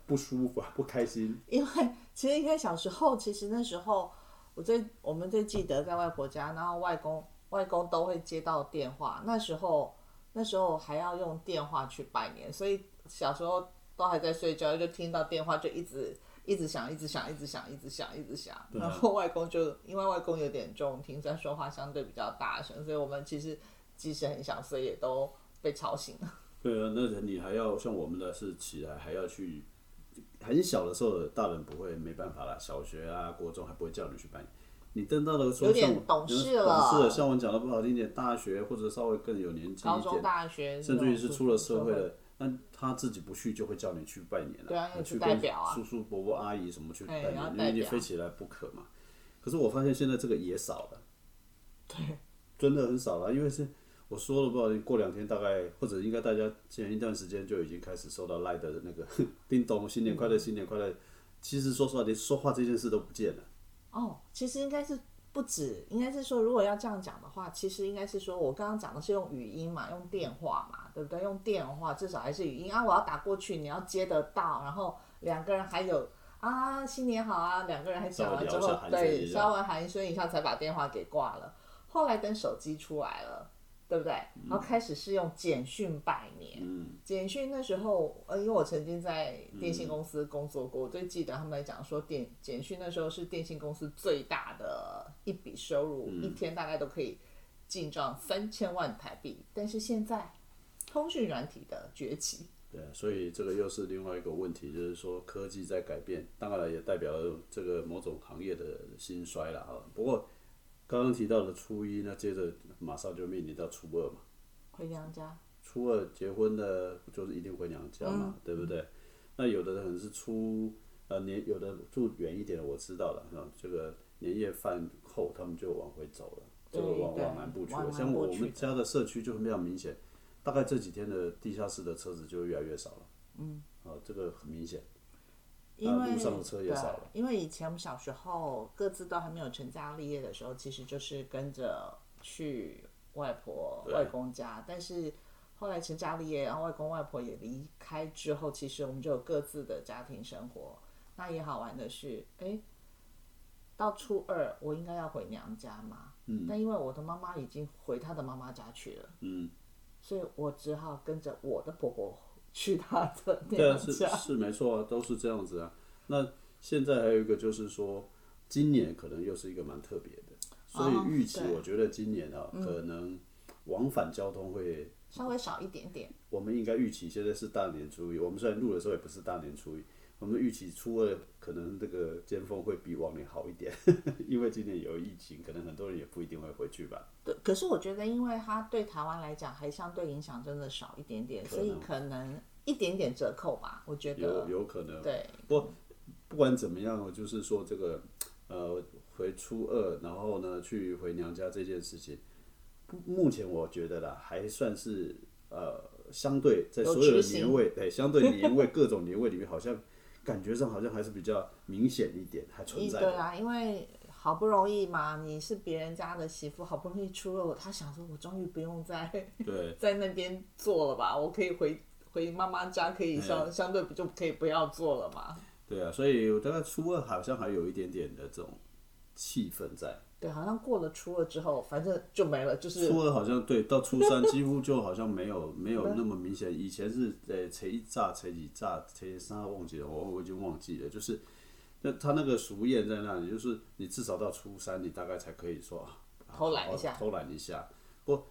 [SPEAKER 2] 不舒服 啊，不开心。
[SPEAKER 1] 因为其实应该小时候，其实那时候我最我们最记得在外婆家，然后外公外公都会接到电话，那时候那时候还要用电话去拜年，所以小时候都还在睡觉，就听到电话就一直。一直响，一直响，一直响，一直响，一直响。
[SPEAKER 2] 啊
[SPEAKER 1] 然后外公就因为外公有点重听，所以说话相对比较大声，所以我们其实即使很想睡，也都被吵醒了。
[SPEAKER 2] 对啊，那你还要像我们的是起来还要去，很小的时候大人不会没办法啦，小学啊、国中还不会叫你去拜年。你等到了说
[SPEAKER 3] 有点
[SPEAKER 2] 像我
[SPEAKER 3] 懂事了
[SPEAKER 2] 懂事了，像我讲的不好听点，大学或者稍微更有年纪
[SPEAKER 3] 高
[SPEAKER 2] 一
[SPEAKER 3] 中、
[SPEAKER 2] 点，
[SPEAKER 3] 大学，
[SPEAKER 2] 甚至于是出了社会
[SPEAKER 3] 那种
[SPEAKER 2] 了，那他自己不去就会叫你去拜年了，
[SPEAKER 3] 对啊因为
[SPEAKER 2] 去
[SPEAKER 3] 代表啊
[SPEAKER 2] 跟叔叔伯伯阿姨什么去
[SPEAKER 3] 哎
[SPEAKER 2] 拜
[SPEAKER 3] 然后
[SPEAKER 2] 年，因
[SPEAKER 3] 代
[SPEAKER 2] 为你
[SPEAKER 3] 表
[SPEAKER 2] 非起来不可嘛。可是我发现现在这个也少 了，对，真的很少了，因为是我说了不好听，过两天大概或者应该大家前一段时间就已经开始收到赖的那个 叮咚，新年快
[SPEAKER 3] 嗯
[SPEAKER 2] 乐，新年快乐。其实说实话，连说话这件事都不见了。
[SPEAKER 1] 哦，其实应该是不止，应该是说，如果要这样讲的话，其实应该是说我刚刚讲的是用语音嘛，用电话嘛，对不对？用电话至少还是语音啊，我要打过去，你要接得到，然后两个人还有啊，新年好啊，两个人还讲完之
[SPEAKER 2] 稍微
[SPEAKER 1] 后
[SPEAKER 2] 聊一下寒，暄
[SPEAKER 1] 对，
[SPEAKER 2] 一下
[SPEAKER 1] 稍微寒暄一下才把电话给挂了。后来等手机出来了，对不对？然后开始是用简讯拜年。
[SPEAKER 2] 嗯，
[SPEAKER 1] 简讯那时候，呃，因为我曾经在电信公司工作过，我最记得他们在讲说电简讯那时候是电信公司最大的一笔收入，一天大概都可以进账三千万台币。但是现在，通讯软体的崛起，
[SPEAKER 2] 对啊，所以这个又是另外一个问题，就是说科技在改变，当然也代表了这个某种行业的兴衰了啊。不过刚刚提到的初一，那接着马上就面临到初二嘛，
[SPEAKER 1] 回娘家
[SPEAKER 2] 初二结婚的就是一定回娘家
[SPEAKER 1] 嗯
[SPEAKER 2] 嘛，对不对？那有的人可能是初呃年，有的住远一点的我知道了，啊，这个年夜饭后他们就往回走了，这
[SPEAKER 1] 对
[SPEAKER 2] 个往
[SPEAKER 1] 对
[SPEAKER 2] 往南部去
[SPEAKER 1] 往
[SPEAKER 2] 了。
[SPEAKER 1] 南
[SPEAKER 2] 像我
[SPEAKER 1] 部去
[SPEAKER 2] 们家的社区就非常明显，大概这几天的地下室的车子就越来越少了，嗯，啊，这个很明显，
[SPEAKER 1] 因为
[SPEAKER 2] 呃那路上的车也少了
[SPEAKER 1] 对因为以前我们小时候各自都还没有成家立业的时候，其实就是跟着去外婆
[SPEAKER 2] 对
[SPEAKER 1] 外公家，但是后来成家立业，然后外公外婆也离开之后，其实我们就有各自的家庭生活。那也好玩的是，哎，到初二我应该要回娘家嘛，嗯，但因为我的妈妈已经回她的妈妈家去了，
[SPEAKER 2] 嗯，
[SPEAKER 1] 所以我只好跟着我的婆 婆去她的
[SPEAKER 2] 对啊，
[SPEAKER 1] 娘
[SPEAKER 2] 是
[SPEAKER 1] 家。
[SPEAKER 2] 是没错啊，都是这样子啊。那现在还有一个就是说，今年可能又是一个蛮特别的，所
[SPEAKER 1] 哦
[SPEAKER 2] 以预期
[SPEAKER 1] 对嗯
[SPEAKER 2] 我觉得今年啊，可能往返交通会，
[SPEAKER 1] 稍微少一点点，
[SPEAKER 2] 我们应该预期现在是大年初一，我们虽然录的时候也不是大年初一，我们预期初二可能这个尖峰会比往年好一点， 因为今年有疫情，可能很多人也不一定会回去吧。
[SPEAKER 1] 对，可是我觉得，因为它对台湾来讲还相对影响真的少一点点，
[SPEAKER 2] 可
[SPEAKER 1] 所
[SPEAKER 2] 能
[SPEAKER 1] 以可能一点点折扣吧，我觉得
[SPEAKER 2] 有。有可能。啊
[SPEAKER 1] 对，
[SPEAKER 2] 不过不管怎么样，我就是说这个呃，回初二，然后呢去回娘家这件事情，不目前我觉得啦，还算是呃相对在
[SPEAKER 3] 有
[SPEAKER 2] 所有
[SPEAKER 3] 执
[SPEAKER 2] 的
[SPEAKER 3] 行
[SPEAKER 2] 年 味，对，相对年味各种年味里面，好像感觉上好像还是比较明显一点，还存
[SPEAKER 1] 一
[SPEAKER 2] 在
[SPEAKER 1] 对
[SPEAKER 2] 的。
[SPEAKER 1] 啊，因为好不容易嘛，你是别人家的媳妇，好不容易出了我，他想说，我终于不用再
[SPEAKER 2] 对，
[SPEAKER 3] 在那边做了吧，我可以回回妈妈家，可
[SPEAKER 2] 哎
[SPEAKER 3] 以相、相对不就可以不要做了嘛。
[SPEAKER 2] 对啊，所以我大概初二好像还有一点点的这种气氛在。
[SPEAKER 1] 对，好像过了初二之后，反正
[SPEAKER 3] 就没了，就是
[SPEAKER 2] 初二好像对，到初 三几乎就好像没有
[SPEAKER 3] 嗯
[SPEAKER 2] 没有那么明显。以前是呃，谁一炸谁几炸谁三忘记了，我我已经忘记了。就是那他那个熟宴在那里，就是你至少到初三，你大概才可以说啊
[SPEAKER 3] 偷懒一下
[SPEAKER 2] 好好偷懒一下。不，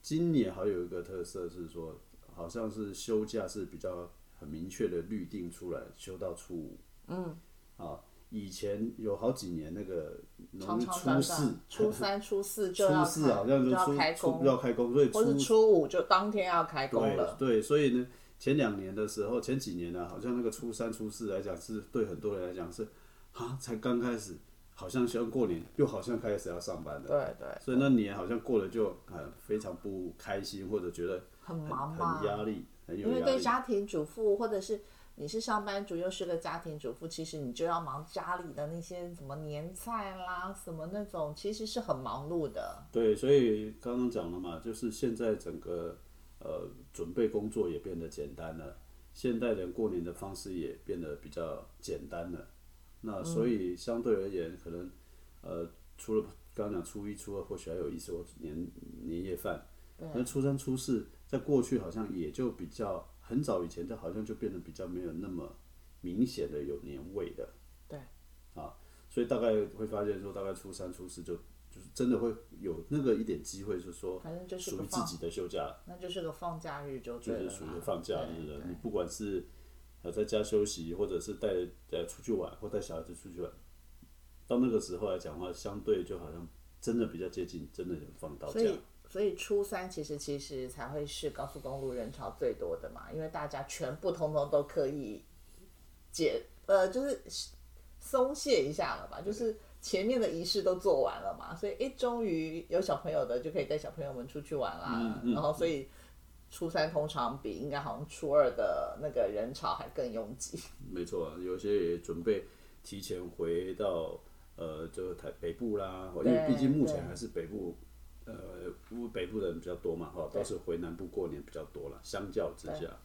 [SPEAKER 2] 今年还有一个特色是说，好像是休假是比较很明确的律定出来，休到初五。嗯。啊，以前有好几年那个农历
[SPEAKER 3] 长长
[SPEAKER 2] 初
[SPEAKER 3] 短
[SPEAKER 2] 四
[SPEAKER 3] 短。
[SPEAKER 1] 初三、初四就
[SPEAKER 2] 初
[SPEAKER 1] 要
[SPEAKER 2] 四好
[SPEAKER 1] 啊开
[SPEAKER 2] 像就
[SPEAKER 1] 就要
[SPEAKER 2] 初
[SPEAKER 1] 开
[SPEAKER 2] 初
[SPEAKER 1] 工
[SPEAKER 2] 要开工，所以
[SPEAKER 3] 或是
[SPEAKER 2] 初
[SPEAKER 3] 初五就当天要开工
[SPEAKER 2] 对
[SPEAKER 3] 了，
[SPEAKER 2] 对，所以呢，前两年的时候，前几年呢、好像那个初三、初四来讲，是对很多人来讲是啊，才刚开始，好像像过年，又好像开始要上班了。
[SPEAKER 3] 对对，
[SPEAKER 2] 所以那年好像过得就很非常不开心，或者觉得
[SPEAKER 1] 很
[SPEAKER 2] 很
[SPEAKER 1] 忙嘛
[SPEAKER 2] 很，压力，很有
[SPEAKER 1] 因为
[SPEAKER 2] 压
[SPEAKER 1] 对
[SPEAKER 2] 力。
[SPEAKER 1] 家庭主妇或者是你是上班族又是个家庭主妇，其实你就要忙家里的那些什么年菜啦，什么那种，其实是很忙碌的。
[SPEAKER 2] 对，所以刚刚讲了嘛，就是现在整个呃准备工作也变得简单了，现代人过年的方式也变得比较简单了。那
[SPEAKER 1] 嗯
[SPEAKER 2] 所以相对而言，可能呃除了刚刚讲初一、初二，或许还有一桌年年夜饭，那初三、初四，在过去好像也就比较很早以前，就好像就变得比较没有那么明显的有年味的。
[SPEAKER 1] 对。
[SPEAKER 2] 啊，所以大概会发现说，大概初三、初四就就是真的会有那个一点机会，就是说，
[SPEAKER 1] 反正就是
[SPEAKER 2] 属
[SPEAKER 1] 个
[SPEAKER 2] 于自
[SPEAKER 1] 放
[SPEAKER 2] 己的休假，
[SPEAKER 1] 那就是个放假日就
[SPEAKER 2] 就
[SPEAKER 1] 对了
[SPEAKER 2] 是
[SPEAKER 1] 啦，
[SPEAKER 2] 属于放假日了
[SPEAKER 1] 对。
[SPEAKER 2] 你不管是呃在家休息，或者是带呃出去玩，或带小孩子出去玩，到那个时候来讲的话，相对就好像真的比较接近真的能放到
[SPEAKER 1] 所
[SPEAKER 2] 假。
[SPEAKER 1] 以，所以初三其实其实才会是高速公路人潮最多的嘛，因为大家全部通通都可以解，呃，就是松懈一下了吧，就是前面的仪式都做完了嘛，所以诶，终于有小朋友的就可以带小朋友们出去玩啦，
[SPEAKER 2] 嗯嗯
[SPEAKER 1] 然后所以。初三通常比应该好像初二的那个人潮还更拥挤，
[SPEAKER 2] 没错啊，有些也准备提前回到呃，就是台北部啦，哦因为毕竟目前
[SPEAKER 1] 对
[SPEAKER 2] 还是北部，呃，因为北部的人比较多嘛，哈，都是回南部过年比较多啦，相较之下。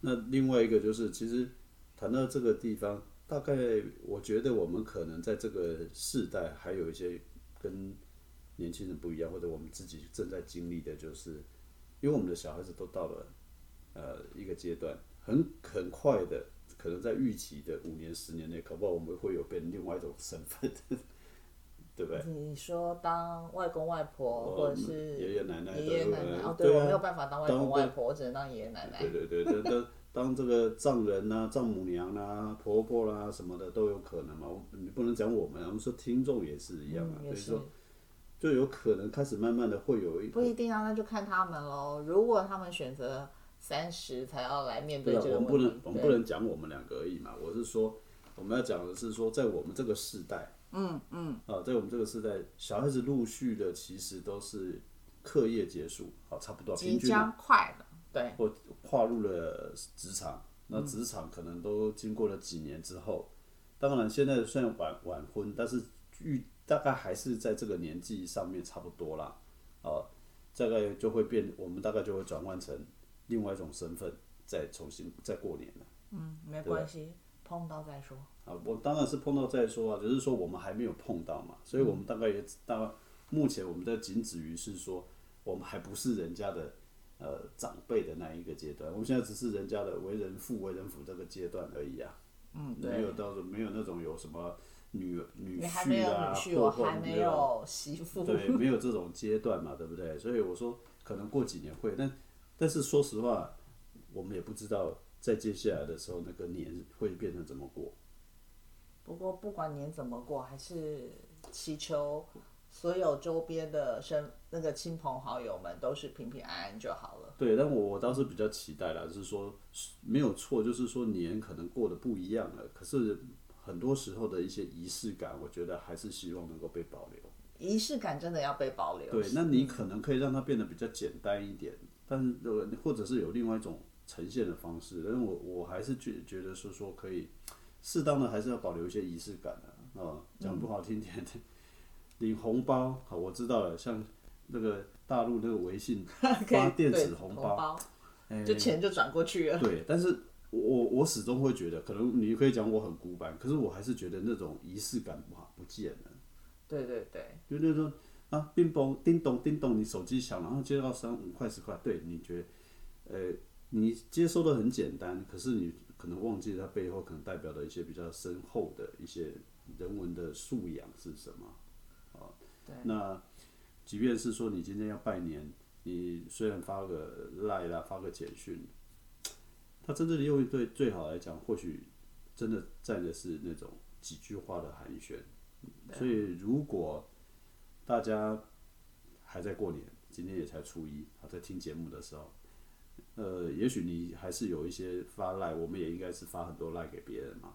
[SPEAKER 2] 那另外一个就是，其实谈到这个地方，大概我觉得我们可能在这个世代还有一些跟年轻人不一样，或者我们自己正在经历的，就是因为我们的小孩子都到了呃一个阶段，很很快的，可能在预期的五年、十年内，搞不好我们会有变另外一种身份， 对不对？
[SPEAKER 1] 你说当外公外婆
[SPEAKER 2] 哦
[SPEAKER 1] 或者是
[SPEAKER 2] 爷爷奶奶
[SPEAKER 1] 爷爷
[SPEAKER 2] 对
[SPEAKER 1] 奶奶，哦，
[SPEAKER 2] 对啊
[SPEAKER 1] 我没有办法当外
[SPEAKER 2] 当
[SPEAKER 1] 公外婆，我只能当爷爷奶奶。
[SPEAKER 2] 对对对，这这当这个丈人呐、丈母娘啦、婆婆啦、什么的都有可能嘛。我你不能讲我们啊，我们说听众也是一样啊，
[SPEAKER 1] 嗯
[SPEAKER 2] 所
[SPEAKER 1] 也
[SPEAKER 2] 以
[SPEAKER 1] 是
[SPEAKER 2] 说就有可能开始慢慢的会有一
[SPEAKER 1] 不一定啊，那就看他们喽。如果他们选择三十才要来面对
[SPEAKER 2] 啊
[SPEAKER 1] 这个
[SPEAKER 2] 我
[SPEAKER 1] 问
[SPEAKER 2] 们
[SPEAKER 1] 题，
[SPEAKER 2] 不能我们
[SPEAKER 1] 对
[SPEAKER 2] 不能讲我们两个而已嘛。我是说，我们要讲的是说，在我们这个世代，嗯嗯，啊，在我们这个世代，小孩子陆续的其实都是课业结束，啊，差不多
[SPEAKER 1] 即
[SPEAKER 2] 平均啊
[SPEAKER 1] 将快了，对，
[SPEAKER 2] 或跨入了职场，那职场可能都经过了几年之后，当然现在虽然晚晚婚，但是遇大概还是在这个年纪上面差不多啦，啊，大概就会变，我们大概就会转换成另外一种身份，再重新再过年了。
[SPEAKER 1] 嗯，没关系，碰到再说。
[SPEAKER 2] 啊，我当然是碰到再说啊，只是说我们还没有碰到嘛，所以
[SPEAKER 1] 嗯
[SPEAKER 2] 我们大概也到目前我们的仅止于是说，我们还不是人家的呃长辈的那一个阶段，我们现在只是人家的为人父、为人父这个阶段而已啊，
[SPEAKER 1] 嗯，
[SPEAKER 2] 没
[SPEAKER 1] 对
[SPEAKER 2] 有，到没有那种有什么女女
[SPEAKER 1] 你还没有
[SPEAKER 2] 婿啊，
[SPEAKER 1] 女婿，
[SPEAKER 2] 或
[SPEAKER 1] 我
[SPEAKER 2] 或
[SPEAKER 1] 还没
[SPEAKER 2] 没有
[SPEAKER 1] 有 媳妇，
[SPEAKER 2] 对，没有这种阶段嘛，对不对？所以我说可能过几年会，但但是说实话，我们也不知道在接下来的时候那个年会变成怎么过。
[SPEAKER 1] 不过不管年怎么过，还是祈求所有周边的生那个亲朋好友们都是平平安安就好了。
[SPEAKER 2] 对，但我我倒是比较期待啦，就是说没有错，就是说年可能过得不一样了，可是很多时候的一些仪式感，我觉得还是希望能够被保留。
[SPEAKER 1] 仪式感真的要被保留。嗯
[SPEAKER 2] 对，那你可能可以让它变得比较简单一点，但是呃或者是有另外一种呈现的方式，但是我我还是觉觉得是说可以适当的还是要保留一些仪式感的啊，讲、不好听点，领红包好，我知道了，像那个大陆那个微 信
[SPEAKER 1] 可
[SPEAKER 2] 发
[SPEAKER 1] 以
[SPEAKER 2] 电
[SPEAKER 1] 对
[SPEAKER 2] 子红包，
[SPEAKER 1] 包，
[SPEAKER 2] 哎
[SPEAKER 1] 就钱就转过 去了。
[SPEAKER 2] 对，但是我我我始终会觉得，可能你可以讲我很古板，可是我还是觉得那种仪式感不好不见了，
[SPEAKER 1] 对对对，
[SPEAKER 2] 就那种啊，乒乓叮咚叮咚，你手机响，然后接到三五块十块，对你觉得，呃，你接收的很简单，可是你可能忘记它背后可能代表的一些比较深厚的一些人文的素养是什么。
[SPEAKER 1] 对
[SPEAKER 2] 那即便是说你今天要拜年，你虽然发个赖啦，发个简讯，它真正的用意对最好来讲，或许真的占的是那种几句话的寒暄。所以如果大家还在过年，今天也才初一，啊，在听节目的时候。呃，也许你还是有一些发赖，我们也应该是发很多赖给别人嘛。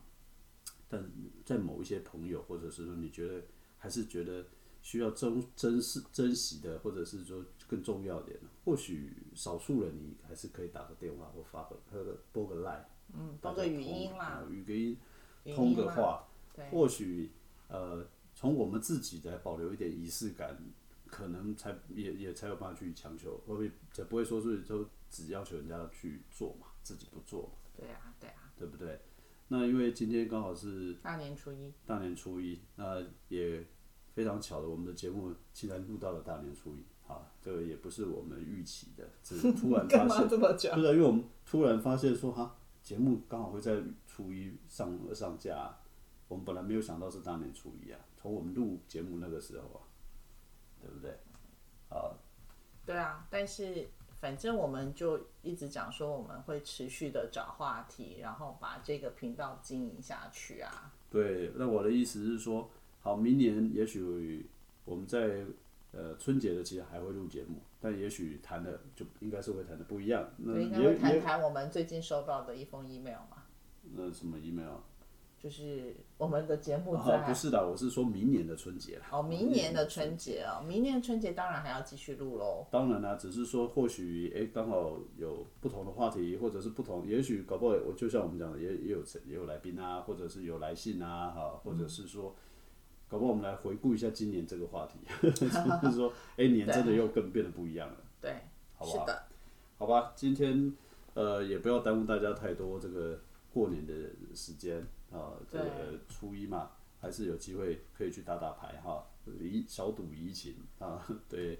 [SPEAKER 2] 但在某一些朋友，或者是说你觉得还是觉得需要珍珍视珍惜的，或者是说更重要一点的，或许少数人你还是可以打个电话或发个或者拨个 line，嗯
[SPEAKER 1] 拨个语音啦，
[SPEAKER 2] 啊语个音
[SPEAKER 1] 语音
[SPEAKER 2] 通个
[SPEAKER 1] 啦
[SPEAKER 2] 话，
[SPEAKER 1] 对
[SPEAKER 2] 或许呃从我们自己来保留一点仪式感，可能才也也才有办法去强求，会不会才不会说是都只要求人家去做嘛，自己不做嘛，
[SPEAKER 1] 对啊对啊，
[SPEAKER 2] 对不对？那因为今天刚好是
[SPEAKER 1] 大年初 一，
[SPEAKER 2] 大年初一，那也非常巧的，我们的节目竟然录到了大年初一，啊，这个也不是我们预期的，只是突然发
[SPEAKER 1] 干嘛
[SPEAKER 2] 现，
[SPEAKER 1] 这么讲？
[SPEAKER 2] 不啊是因为我们突然发现说哈，节目刚好会在初一上上架啊、我们本来没有想到是大年初一啊，从我们录节目那个时候啊，对不对？啊，
[SPEAKER 1] 对啊，但是反正我们就一直讲说我们会持续的找话题，然后把这个频道经营下去啊。
[SPEAKER 2] 对，那我的意思是说，好，明年也许我们在呃春节的其实还会录节目，但也许谈的就应该是会谈的不一样。那
[SPEAKER 1] 所以应该
[SPEAKER 2] 嗯也
[SPEAKER 1] 会谈
[SPEAKER 2] 也
[SPEAKER 1] 谈我们最近收到的一封 email 嘛，
[SPEAKER 2] 那什么 email？
[SPEAKER 1] 就是我们的节目
[SPEAKER 2] 啊，
[SPEAKER 1] 在
[SPEAKER 2] 不是的，我是说明年的春节啦。
[SPEAKER 1] 哦明年的春节哦，明年春节当然还要继续录喽。
[SPEAKER 2] 当然啦、只是说或许哎，刚好有不同的话题，或者是不同，也许搞不好我就像我们讲的，也也有也有来宾啊，或者是有来信啊，哈，或者是说，搞不好我们来回顾一下今年这个话题，就是说，哎，年真的又更变得不一样了。
[SPEAKER 1] 对，
[SPEAKER 2] 好不
[SPEAKER 1] 是
[SPEAKER 2] 好
[SPEAKER 1] 的，
[SPEAKER 2] 好吧，今天呃也不要耽误大家太多这个过年的时间啊，这个
[SPEAKER 1] 对
[SPEAKER 2] 初一嘛，还是有机会可以去打打牌哈，怡小赌怡情啊， 对，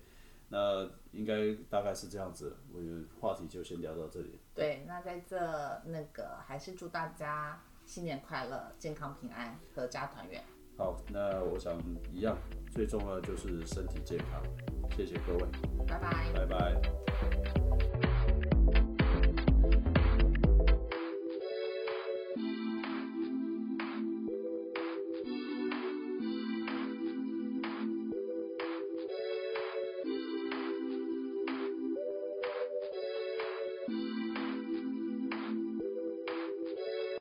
[SPEAKER 2] 那应该大概是这样子，我们话题就先聊到这里，
[SPEAKER 1] 对。那在这那个还是祝大家新年快乐，健康平安，阖家团圆。
[SPEAKER 2] 好，那我想一样，最重要的就是身体健康，谢谢各位，
[SPEAKER 1] 拜拜。
[SPEAKER 2] 拜拜。